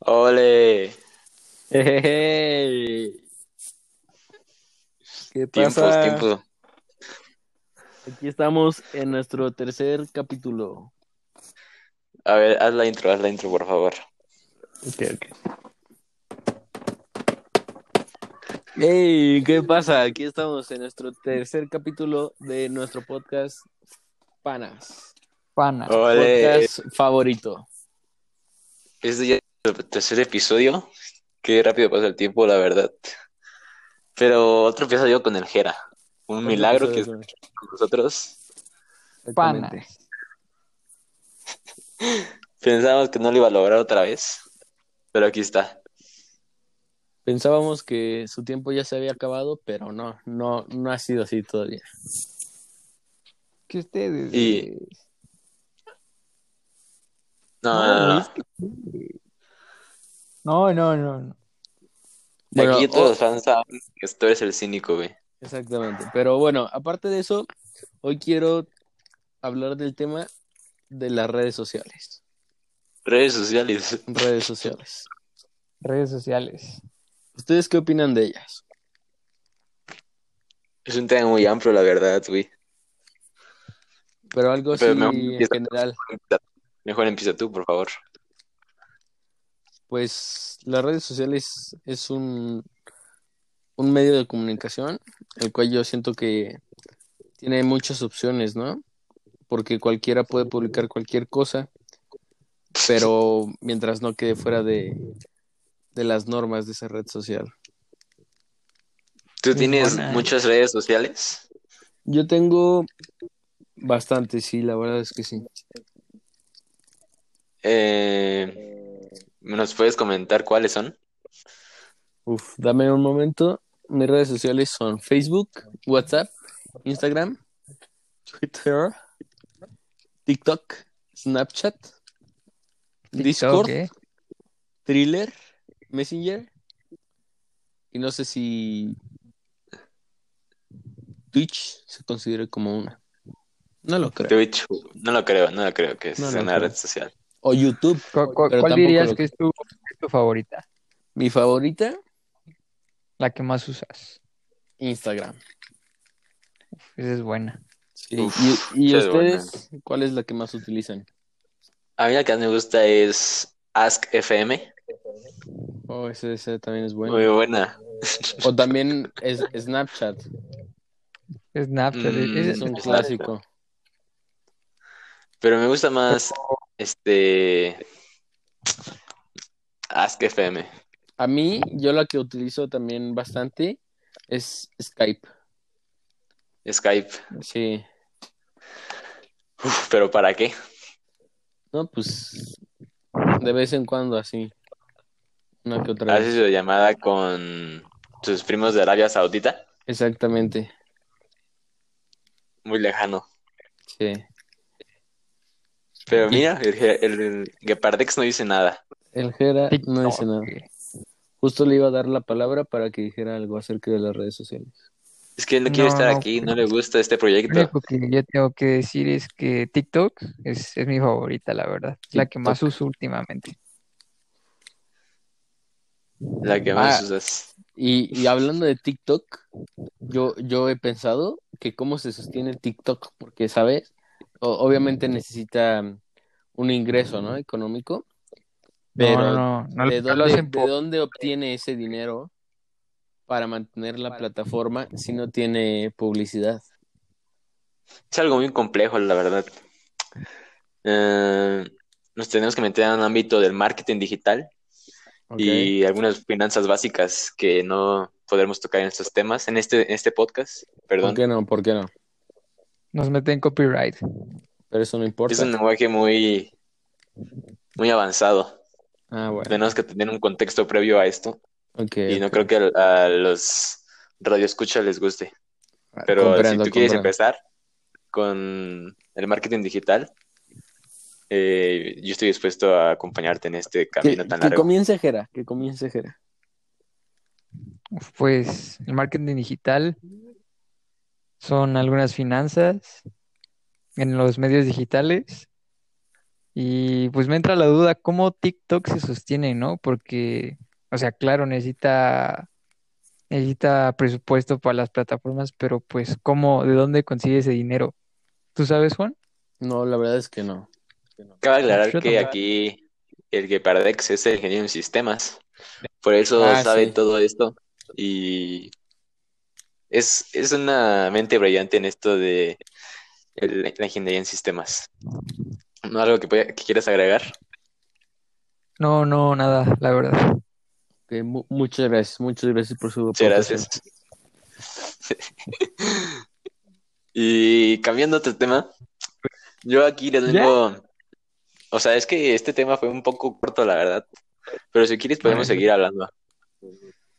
Ole, Ey. ¿Qué tiempos, pasa? tiempos. Aquí estamos en nuestro tercer capítulo. A ver, haz la intro, haz la intro, por favor. Ey, ¿qué pasa? Aquí estamos en nuestro tercer capítulo de nuestro podcast Panas. Pana. Oh, Ole, Podcast favorito. este ya es el tercer episodio. Qué rápido pasa el tiempo, la verdad. Pero otro episodio con el Jera. Un milagro que está con nosotros. Pana. Exactamente. Pensábamos que no lo iba a lograr otra vez, pero aquí está. Pensábamos que su tiempo ya se había acabado, pero no, no, no ha sido así todavía. Que ustedes. eh, Y- güey? No, no, no. es que ustedes. No, no, no, no. Bueno, Aquí todos o- los fans saben que tú eres el cínico, güey. Exactamente. Pero bueno, aparte de eso, hoy quiero hablar del tema de las redes sociales. Redes sociales. Redes sociales. Redes sociales. ¿Ustedes qué opinan de ellas? Es un tema muy amplio, la verdad, güey. Pero algo así Pero mejor en empieza. general. Mejor empieza tú, por favor. Pues las redes sociales es un, un medio de comunicación, el cual yo siento que tiene muchas opciones, ¿no? Porque cualquiera puede publicar cualquier cosa, pero mientras no quede fuera de, de las normas de esa red social. ¿Tú tienes Buena. muchas redes sociales? Yo tengo bastante, sí, la verdad es que sí. Eh, ¿nos puedes comentar cuáles son? Uf, dame un momento. Mis redes sociales son Facebook, WhatsApp, Instagram, Twitter, TikTok, Snapchat, Discord, ¿Qué? Thriller, Messenger y no sé si Twitch se considera como una. No lo creo. Twitch. No lo creo, no lo creo que No sea lo una creo. red social. O YouTube. ¿Cu- cu- Pero ¿Cuál tampoco dirías lo- que es tu, es tu favorita? Mi favorita, La que más usas. Instagram. Esa es buena. Sí, Uf, ¿Y, y qué ustedes cuál es la que más utilizan? A mí la que más me gusta es Ask FM. Oh, ese, ese también es bueno. Muy buena. O también es Snapchat, Snapchat. Mm, ese es un Snapchat. clásico. Pero me gusta más este Ask FM. A mí, yo la que utilizo también bastante es Skype. Skype. Sí. Uf, pero ¿para qué? No, pues de vez en cuando así. Una que otra vez. Haces su llamada con tus primos de Arabia Saudita. Exactamente. Muy lejano. Sí. Pero mira, el, el, el Gepardex no dice nada. El Jera no dice TikTok, nada. güey. Justo le iba a dar la palabra para que dijera algo acerca de las redes sociales. Es que él no quiere No, estar no, aquí, no le gusta este Lo proyecto. único que yo tengo que decir es que TikTok es, es mi favorita, la verdad. Es La que más uso últimamente. La que más Ah. usas. Y, y hablando de TikTok, yo, yo he pensado que cómo se sostiene TikTok, porque, ¿sabes? O- obviamente necesita un ingreso, ¿no? Económico. No, Pero, no, no, no ¿de, lo- no lo dónde, hacen de por- dónde obtiene ese dinero para mantener la plataforma si no tiene publicidad? Es algo muy complejo, la verdad. Eh, nos tenemos que meter en el ámbito del marketing digital y algunas finanzas básicas que no podremos tocar en estos temas, en este, en este podcast, ¿Por perdón. qué no? ¿Por qué no? Nos meten copyright. Pero eso no importa. Es un lenguaje muy, muy avanzado. Ah, bueno. Tenemos que tener un contexto previo a esto Ok, y no ok. creo que a, a los radioescuchas les guste. Pero Ah, Comprendo, si tú quieres comprendo. empezar con el marketing digital, eh, yo estoy dispuesto a acompañarte en este Que, camino tan que largo. comience Jera, que comience Jera. Uf, Pues el marketing digital son algunas finanzas en los medios digitales Y pues me entra la duda, ¿cómo TikTok se sostiene, no? Porque, o sea, claro, necesita, necesita presupuesto para las plataformas, pero pues, ¿cómo, de dónde consigue ese dinero? ¿Tú sabes, Juan? No, la verdad es que no. Cabe aclarar Yo que tampoco. aquí el que Pardex es el ingeniero en sistemas. Por eso Ah, sabe sí. todo esto. Y es, es una mente brillante en esto de el- la ingeniería en sistemas. ¿No algo que, pueda- que quieras agregar? No, no, nada, la verdad. Ok, mu- muchas gracias, muchas gracias por su Muchas gracias. aportación. Y cambiando otro tema, yo aquí les ¿Ya? vengo. O sea, es que este tema fue un poco corto, la verdad. Pero si quieres, podemos Bueno. seguir hablando.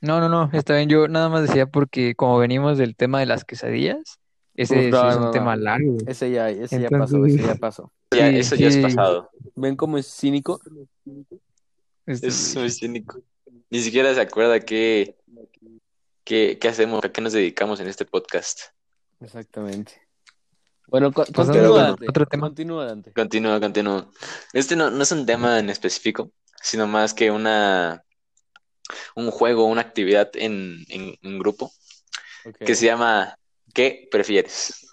No, no, no, está bien. Yo nada más decía porque como venimos del tema de las quesadillas, ese Uf, sí no, es un no, tema no. largo. Ese ya, ese ya Entonces- pasó, ese ya pasó. Ya, Sí, eso ya es sí. pasado. ¿Ven cómo es cínico? Este, Es muy cínico. Ni siquiera se acuerda qué, qué, qué hacemos, a qué nos dedicamos en este podcast. Exactamente. Bueno, co- Pasando continúa, a Dante, otro tema. Continúa, Dante. Continúa, continúa. Este no, no es un tema en específico, sino más que una un juego, una actividad en, en, en grupo Ok, que se llama ¿Qué prefieres?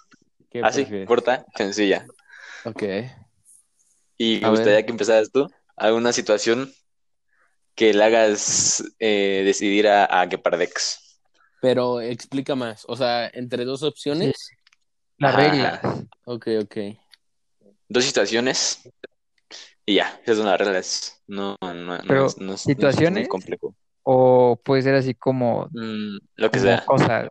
¿qué Así, prefieres? corta, sencilla. Ok. Y me A ver. gustaría que empezaras tú alguna situación que le hagas eh, decidir a, a Gepardex. Pero explica más. O sea, entre dos opciones. Ah. las Ajá. reglas. Ok, ok. Dos situaciones y ya, esas son las reglas. No, no, no, Pero, es- no es- no es muy ¿situaciones? complejo. O puede ser así como, Mm, lo que como sea. cosas.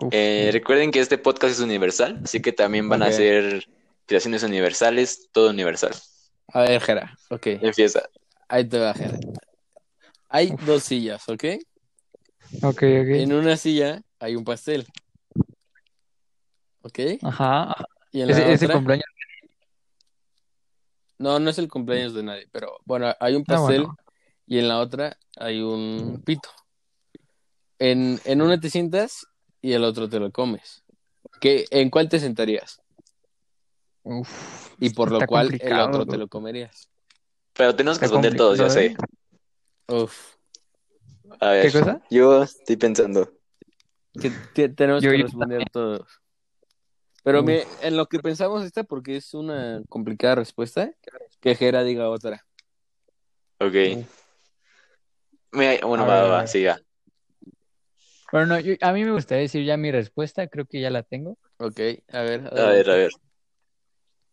Uf, Eh, recuerden que este podcast es universal, así que también van Ok. a ser creaciones universales, todo universal. A ver, Jera. Ok. Empieza. Ahí te va, Jera. Hay dos sillas, ¿ok? ok, ok. En una silla hay un pastel. ¿Ok? Ajá. Y en la Ese, ese otra- cumpleaños. No, no es el cumpleaños de nadie, pero bueno, hay un Ah, pastel bueno. y en la otra hay un pito. En, en una te sientas y el otro te lo comes. ¿Qué, ¿En cuál te sentarías? Uf, Y por lo está cual el complicado, otro te bro. lo comerías. Pero tenemos que Está responder todos, ya sé. complicado, Uf. A ¿eh? ver, ¿Qué cosa? yo estoy pensando. Que te- tenemos Yo- que yo responder todos. Pero mire, en lo que pensamos esta, porque es una complicada respuesta, que Jera diga otra. Ok. Me- Bueno, A va, ver, va, a va, ver. siga. Bueno, no, yo- a mí me gustaría decir ya mi respuesta, creo que ya la tengo. Ok, a ver. A ver, a ver.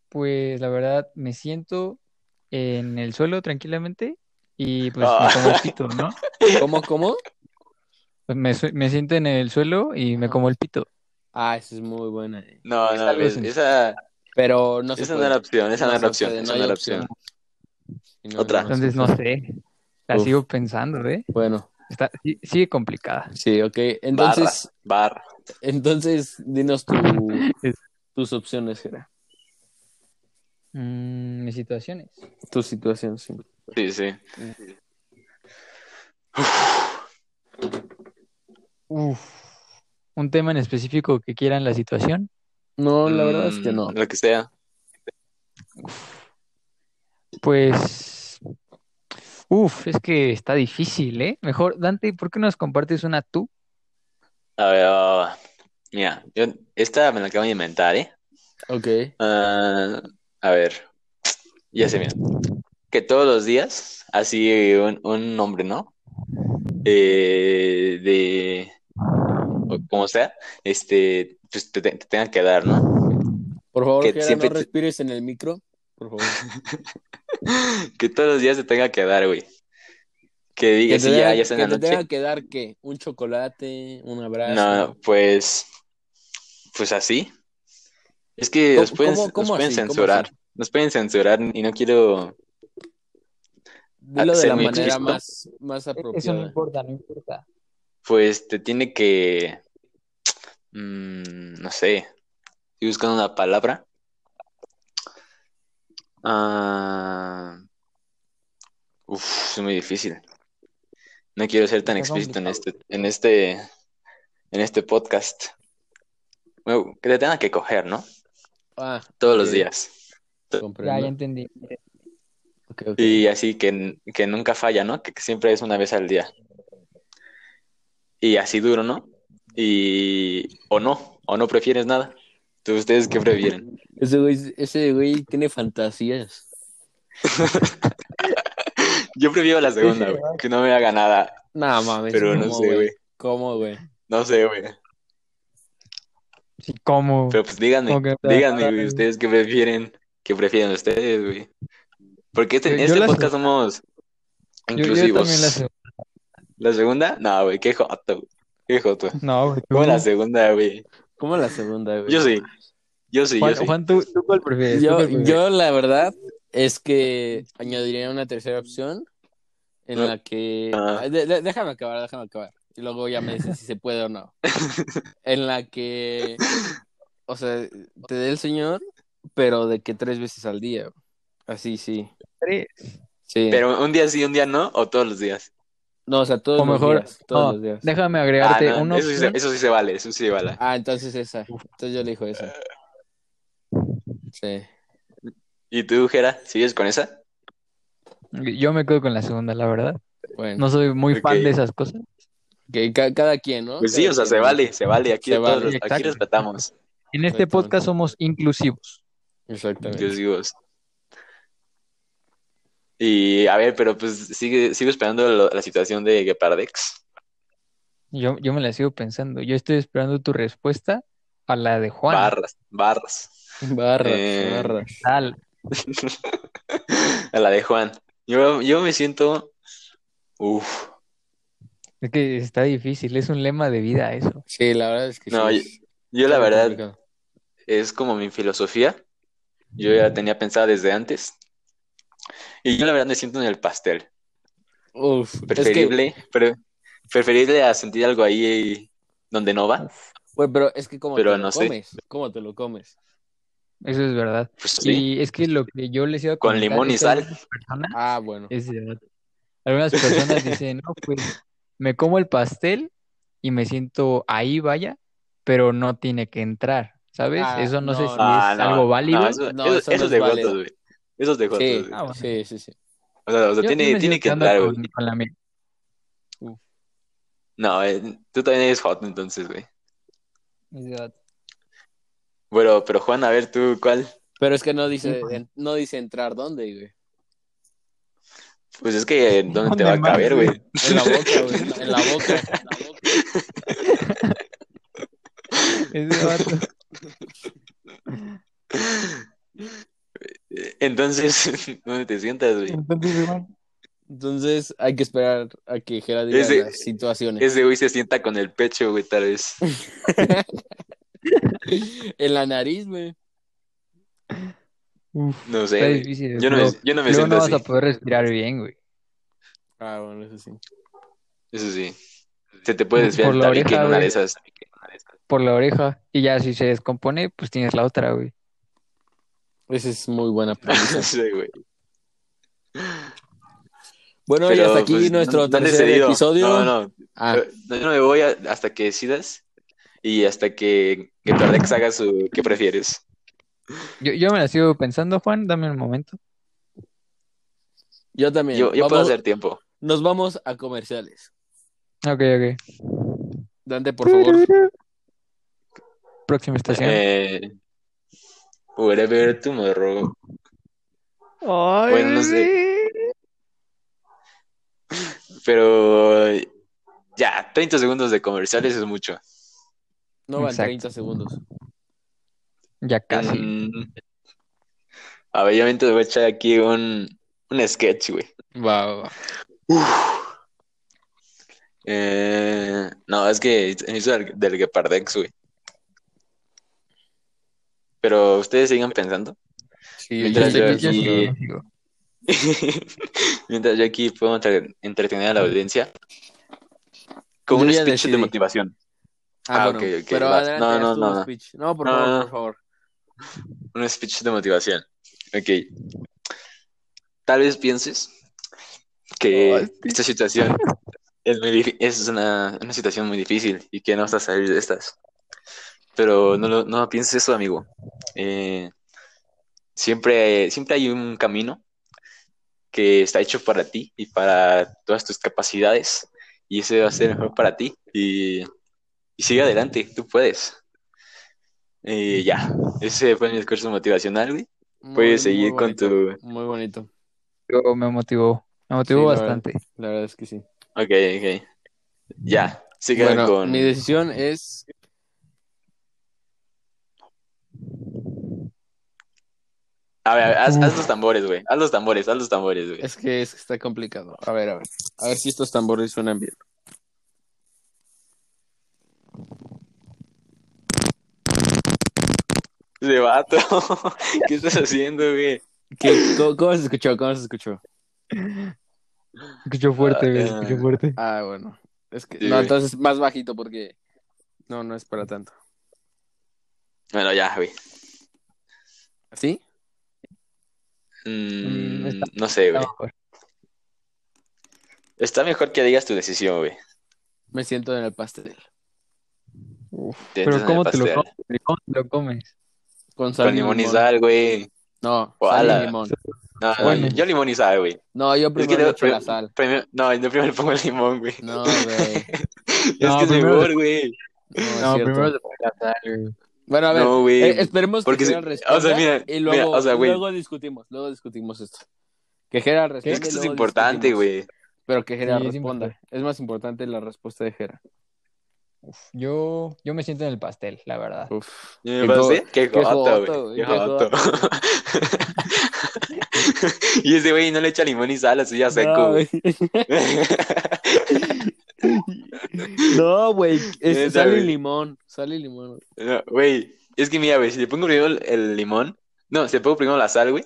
Pues la verdad, me siento en el suelo tranquilamente y pues Ah. me como el pito, ¿no? ¿Cómo, cómo? Pues, Me, su- me siento en el suelo y me Ajá. como el pito. Ah, esa es muy buena. eh. No, Es no, algo ves, sencillo. esa, Pero no se esa no puede. era opción, esa no No era se opción, puede, esa no no hay era opción. opción. Si no, Otra. no se Entonces, no puede. sé, la Uf. sigo pensando, ¿eh? Bueno, Está, sí- sigue complicada. sí, ok. Entonces, Barra, entonces dinos tu, tus opciones, Jera. Mm, mis situaciones. Tu situación, sí. barra. Sí, sí. Uf. ¿Un tema en específico que quieran la situación? No, la verdad es que Mm, no. Lo que sea. Pues... Uf, es que está difícil, ¿eh? Mejor, Dante, ¿por qué nos compartes una tú? A ver, va, va, va. Mira, yo, esta me la acabo de inventar, ¿eh? Ok. Ah, a ver, ya se mira. Que todos los días, así un, un hombre, ¿no? Eh, de, o como sea, este, pues te, te tengan que dar, ¿no? Por favor, Que Jera, siempre no te- respires en el micro. Por favor. Que todos los días te tenga que dar, güey. Que Que diga, te sí, ya, tenga, ya es en que la te tenga noche. que dar qué? ¿Un chocolate? ¿Un abrazo? No, pues, pues así. Es que ¿Cómo- nos pueden, cómo- nos cómo pueden así? ¿Cómo censurar, así? nos pueden censurar y no quiero Dilo de ser la muy manera explícito. más, más E-, Eso no apropiada. importa, no importa. Pues te tiene que, mm, no sé, estoy buscando una palabra. Ah, uf, es muy difícil. No quiero ser tan Está explícito en este, en este, en este podcast. Bueno, que te tenga que coger, ¿no? Ah, Todos los ok. días. Ya, ya Comprendo. entendí. Ok, ok. Y así que, que nunca falla, ¿no? Que, que siempre es una vez al día. Y así duro, ¿no? Y o no, o no prefieres nada. ¿Tú- ¿Ustedes qué prefieren? Ese güey, ese güey tiene fantasías. Yo prefiero la segunda, güey, que no me haga nada. No Pues mames. Pero no ¿cómo, sé, güey. ¿Cómo, güey? No sé, güey. Sí, ¿cómo? Pero pues díganme, Ok, pero- díganme, güey, ustedes qué prefieren, qué prefieren ustedes, güey. Porque este, Yo- en yo este la podcast somos Yo- yo también la inclusivos. seg- ¿La segunda? No, güey, qué joto, güey. Qué joto. No, güey, tú. ¿Cómo la segunda, güey? ¿Cómo la segunda, güey? Yo sí, yo sí, Juan, yo sí. Juan, ¿tú, tú cuál prefieres? ¿Tú Yo, cuál prefieres? yo, la verdad es que añadiría una tercera opción en Ah. la que... Ah. Ay, de- de- déjame acabar, déjame acabar. Y luego ya me dices si se puede o no. En la que, o sea, te dé el señor, pero de que tres veces al día. Así, sí. Tres. Sí. Pero un día sí, un día no, o todos los días. No, o sea, todos O los mejor, días. Todos no, los días. Déjame Ah, agregarte no, uno. eso sí, se, eso sí se vale, eso sí se vale. Ah, entonces esa. Entonces yo elijo esa. Eh. Sí. ¿Y tú, Jera, sigues con esa? Yo me quedo con la segunda, la verdad. Bueno. No soy muy fan Ok. de esas cosas. que ca- cada quien, ¿no? Pues sí, Cada o sea, quien, se ¿no? vale, se vale. Aquí, Se todos vale, los- aquí exacto. respetamos. En este Exactamente. podcast somos inclusivos. Exactamente. Dios digo. Y a ver, pero pues sigue, sigo esperando lo- la situación de Gepardex. Yo, yo me la sigo pensando. Yo estoy esperando tu respuesta a la de Juan. Barras, barras. Barras, Eh, barras. Tal. A la de Juan. Yo, yo me siento. Uf. Es que está difícil. Es un lema de vida eso. Sí, la verdad es que No, sí. yo- es- Yo la está muy verdad complicado. es como mi filosofía. Yo ya la tenía pensada desde antes. Y yo la verdad me siento en el pastel. Uf, es que, Preferible, pero preferible a sentir algo ahí donde no va. güey, pero es que cómo Pero te lo no sé. comes, cómo te lo comes. Eso es verdad. Pues sí, Y es que lo que yo les iba a Con comentar limón es y que sal. algunas personas- Ah, bueno. Es verdad. Algunas personas dicen, no, pues me como el pastel y me siento ahí, vaya, pero no tiene que entrar, ¿sabes? Ah, Eso no sé no, si no. Ah, es no, algo no, válido. eso, No, eso- eso no eso es es de válido. jotos, güey. Eso es de jotos, Sí, güey. Ah, bueno. sí, sí, sí. O sea, o sea, Yo, yo tiene, me tiene sigo que quedando entrar, güey. con, con la mía. No, eh, tú también eres joto, entonces, güey. Bueno, pero Juan, a ver tú, ¿cuál? Pero es que no dice, Híjole. en- no dice entrar dónde, güey. Pues es que, eh, ¿dónde te ¿Dónde va a más, caber, güey? güey? En la boca, güey. En la- En la boca. En la boca. Ese vato. Entonces, ¿dónde te sientas, güey? Entonces, Juan, Entonces hay que esperar a que Gera diga Ese- las situaciones. Ese güey se sienta con el pecho, güey, tal vez. En la nariz, güey. uf, No sé, está güey. difícil. Yo no me, luego, yo no me luego siento no vas así. a poder respirar bien, güey. Ah, bueno, eso sí. Eso sí. Se te puede Por desviar la el tabique en oreja, una de güey. esas. Por la oreja. Y ya si se descompone, pues tienes la otra, güey. Esa es muy buena premisa. Sí, güey. Bueno, y Pero, hasta aquí pues, nuestro no- no han tercer decidido. episodio. No, no. Ah, Yo no me voy a- hasta que decidas y hasta que, que Tardex haga su ¿qué prefieres? Yo, yo me la sigo pensando, Juan, dame un momento. yo también. Yo, yo puedo Vamos- hacer tiempo. Nos vamos a comerciales. Ok, ok. Dante, por favor. Próxima estación. Eh, wherever tomorrow. bueno, Ay, pues, no sé. bebé. Pero ya, 30 segundos de comerciales es mucho. No van Exacto. 30 segundos. Ya casi. Mm. A ver, yo me voy a echar aquí un, un sketch, güey. Va, va, va. Uf. Eh, no, es que hizo del, del Gepardex, güey. Pero ustedes sigan pensando. Sí, Mientras yo- yo yo- aquí- yo- sigo. Mientras yo aquí puedo entre- entretener a la audiencia con Yo un ya speech decidí. de motivación. Ah, Ah, bueno. ok, ok, Pero vas. adelante, No, no, haz tu no, no. speech. No, por No, favor, no, no. por favor. Un speech de motivación. Ok. Tal vez pienses que Ay, esta situación es, muy difí- es una, una situación muy difícil y que no vas a salir de estas. Pero no, lo- no pienses eso, amigo. Eh, siempre, siempre hay un camino que está hecho para ti y para todas tus capacidades y ese va a ser mejor para ti y, y sigue adelante, tú puedes. Y ya, ese fue mi discurso motivacional, güey. Muy- Puedes muy seguir con bonito, tu... Muy bonito. Yo- me motivó, me motivó Sí, la verdad. bastante. La verdad es que sí. Ok, ok. Ya, sigan Bueno, con... mi decisión es A ver, a ver, haz, haz Uf. los tambores, güey. Haz los tambores, haz los tambores, güey. Es que es que está complicado. A ver, a ver. A ver si estos tambores suenan bien. De vato. ¿Qué estás haciendo, güey? ¿Qué- cómo, cómo se escuchó? ¿Cómo se escuchó? Escuchó fuerte, güey, Ah, escuchó ah. fuerte. Ah, bueno. Es que, Sí, no, güey. entonces más bajito porque no, no es para tanto. Bueno, ya, güey. ¿Sí? Mm, Mm, está- no sé, Está güey. mejor. Está mejor que digas tu decisión, güey. Me siento en el pastel. Te entras en Pero el ¿cómo te lo pastel. comes? güey? ¿Cómo te lo comes? Con sal Con y limón y limón. sal, güey. No, O sal ala. y limón. No, no, Bueno. yo, yo limón y sal, güey. No, yo primero que le no- echo la sal. Primero- no, yo primero le pongo el limón, güey. No, güey. es No, que es primero- mejor, güey. No, es No, cierto. primero se pone la sal, güey. Bueno, a ver. No, güey. eh, esperemos porque que si- Gerard o sea, responda. mira, y mira, luego, o sea, güey. luego discutimos. Luego discutimos esto. Que Gerard responda. Es que y esto es luego importante, discutimos. güey. Pero que Jera Sí, es responda. Es más importante la respuesta de Jera. Yo, yo me siento en el pastel, la verdad. Uf. ¿Me parece? Qué qué joto, joto, güey. Qué qué joto. Y ese güey no le echa limón y sal, así ya seco, No, güey. güey. No, güey. Neta, Es sal y güey. limón. Sal y limón. güey. No, Güey, es que mira, güey, si le pongo primero el- el limón, no, si le pongo primero la sal, güey,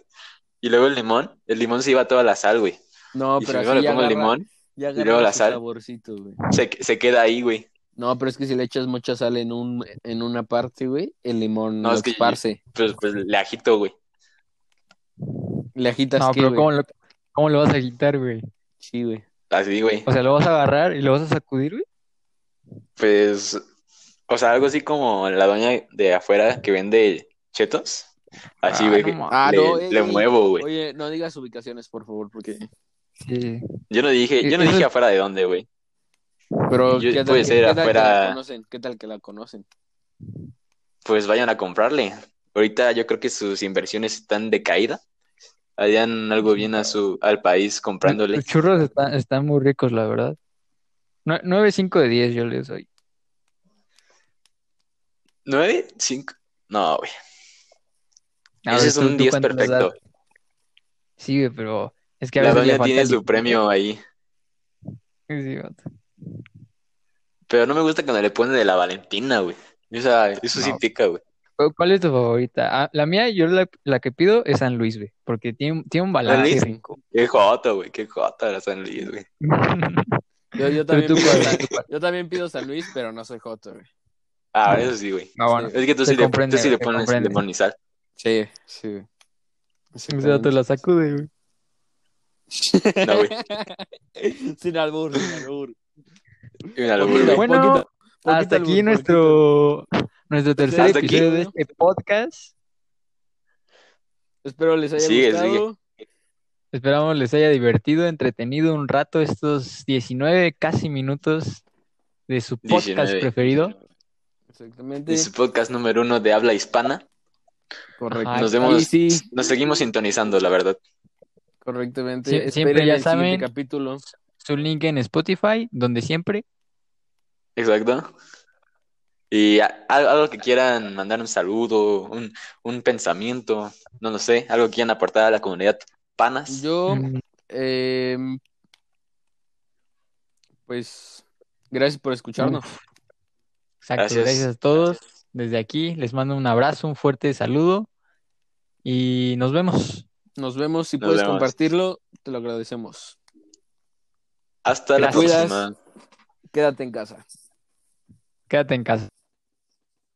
y luego el limón, el limón se lleva toda la sal, güey. No, y si pero primero así le ya pongo el agarra, limón, ya luego agarra la su sal. saborcito, güey. se, se queda ahí, güey. No, pero es que si le echas mucha sal en un en una parte, güey, el limón No, lo es que- esparce. Pues, pues le agito, güey. Le agitas No, que, pero güey. ¿cómo lo, cómo lo vas a quitar, güey? Sí, güey. Así, güey. O sea, ¿lo vas a agarrar y lo vas a sacudir, güey? Pues, o sea, algo así como la doña de afuera que vende chetos. Así, Ah, güey. no que mames. Ah, le, no, ey, le ey. muevo, güey. Oye, no digas ubicaciones, por favor, porque... Sí. Yo no dije, yo no Eh, Eso- dije afuera de dónde, güey. Pero Yo- ¿qué tal, puede que, ser qué tal que afuera- la conocen? ¿Qué tal que la conocen? Pues vayan a comprarle. Ahorita yo creo que sus inversiones están de caída. Harían algo bien a su, al país comprándole. Los churros están, están muy ricos, la verdad. Nue- Nueve, cinco de 10 yo les doy. ¿Nueve? ¿Cinco? No, güey. A Ese ver, es ¿tú- un tú 10 cuánto les das? perfecto. Sí, güey, pero es que a La veces le doña falta tiene su limón. premio ahí. Sí, vato. Pero no me gusta cuando le pone de la Valentina, güey. Esa, eso sí No. pica, güey. ¿Cu- ¿Cuál es tu favorita? Ah, la mía, yo la, la que pido es San Luis, güey, porque tiene, un- tiene un balance Luis? rico. Qué jota, güey. Qué jota la San Luis, güey. Yo, yo, Pero también tú, pido ¿cuál? San, yo también pido San Luis, pero no soy joto, güey. Ah, eso sí, güey. Ah, bueno. Es que tú sí, Se le, tú comprende, sí le se pones comprende. le pones sal. Sí, sí, güey. O sea, te la sacude, güey. No, güey. sin albur, sin albur. Míralo, Poquito, güey. Bueno, poquito, poquito albur, Hasta aquí poquito. nuestro, nuestro tercer Hasta aquí. episodio de este podcast. Espero les haya Sigue, gustado. sigue. Esperamos les haya divertido, entretenido un rato estos 19 casi minutos de su podcast 19. preferido. Exactamente. En su podcast número uno de habla hispana. Correcto. Ajá, Nos vemos. Ahí sí. Nos seguimos sintonizando, la verdad. Correctamente. Sie- Esperen siempre ya el siguiente saben. capítulo. Su link en Spotify, donde siempre. Exacto. Y a- al- algo que quieran mandar un saludo, un, un pensamiento, no lo sé, algo que quieran aportar a la comunidad panas. Yo, Mm, eh, pues, gracias por escucharnos. Exacto, Gracias. gracias a todos. Desde aquí les mando un abrazo, un fuerte saludo y nos vemos. Nos vemos. Si Nos puedes vemos. compartirlo, te lo agradecemos. Hasta la Gracias. próxima. Quédate en casa. Quédate en casa.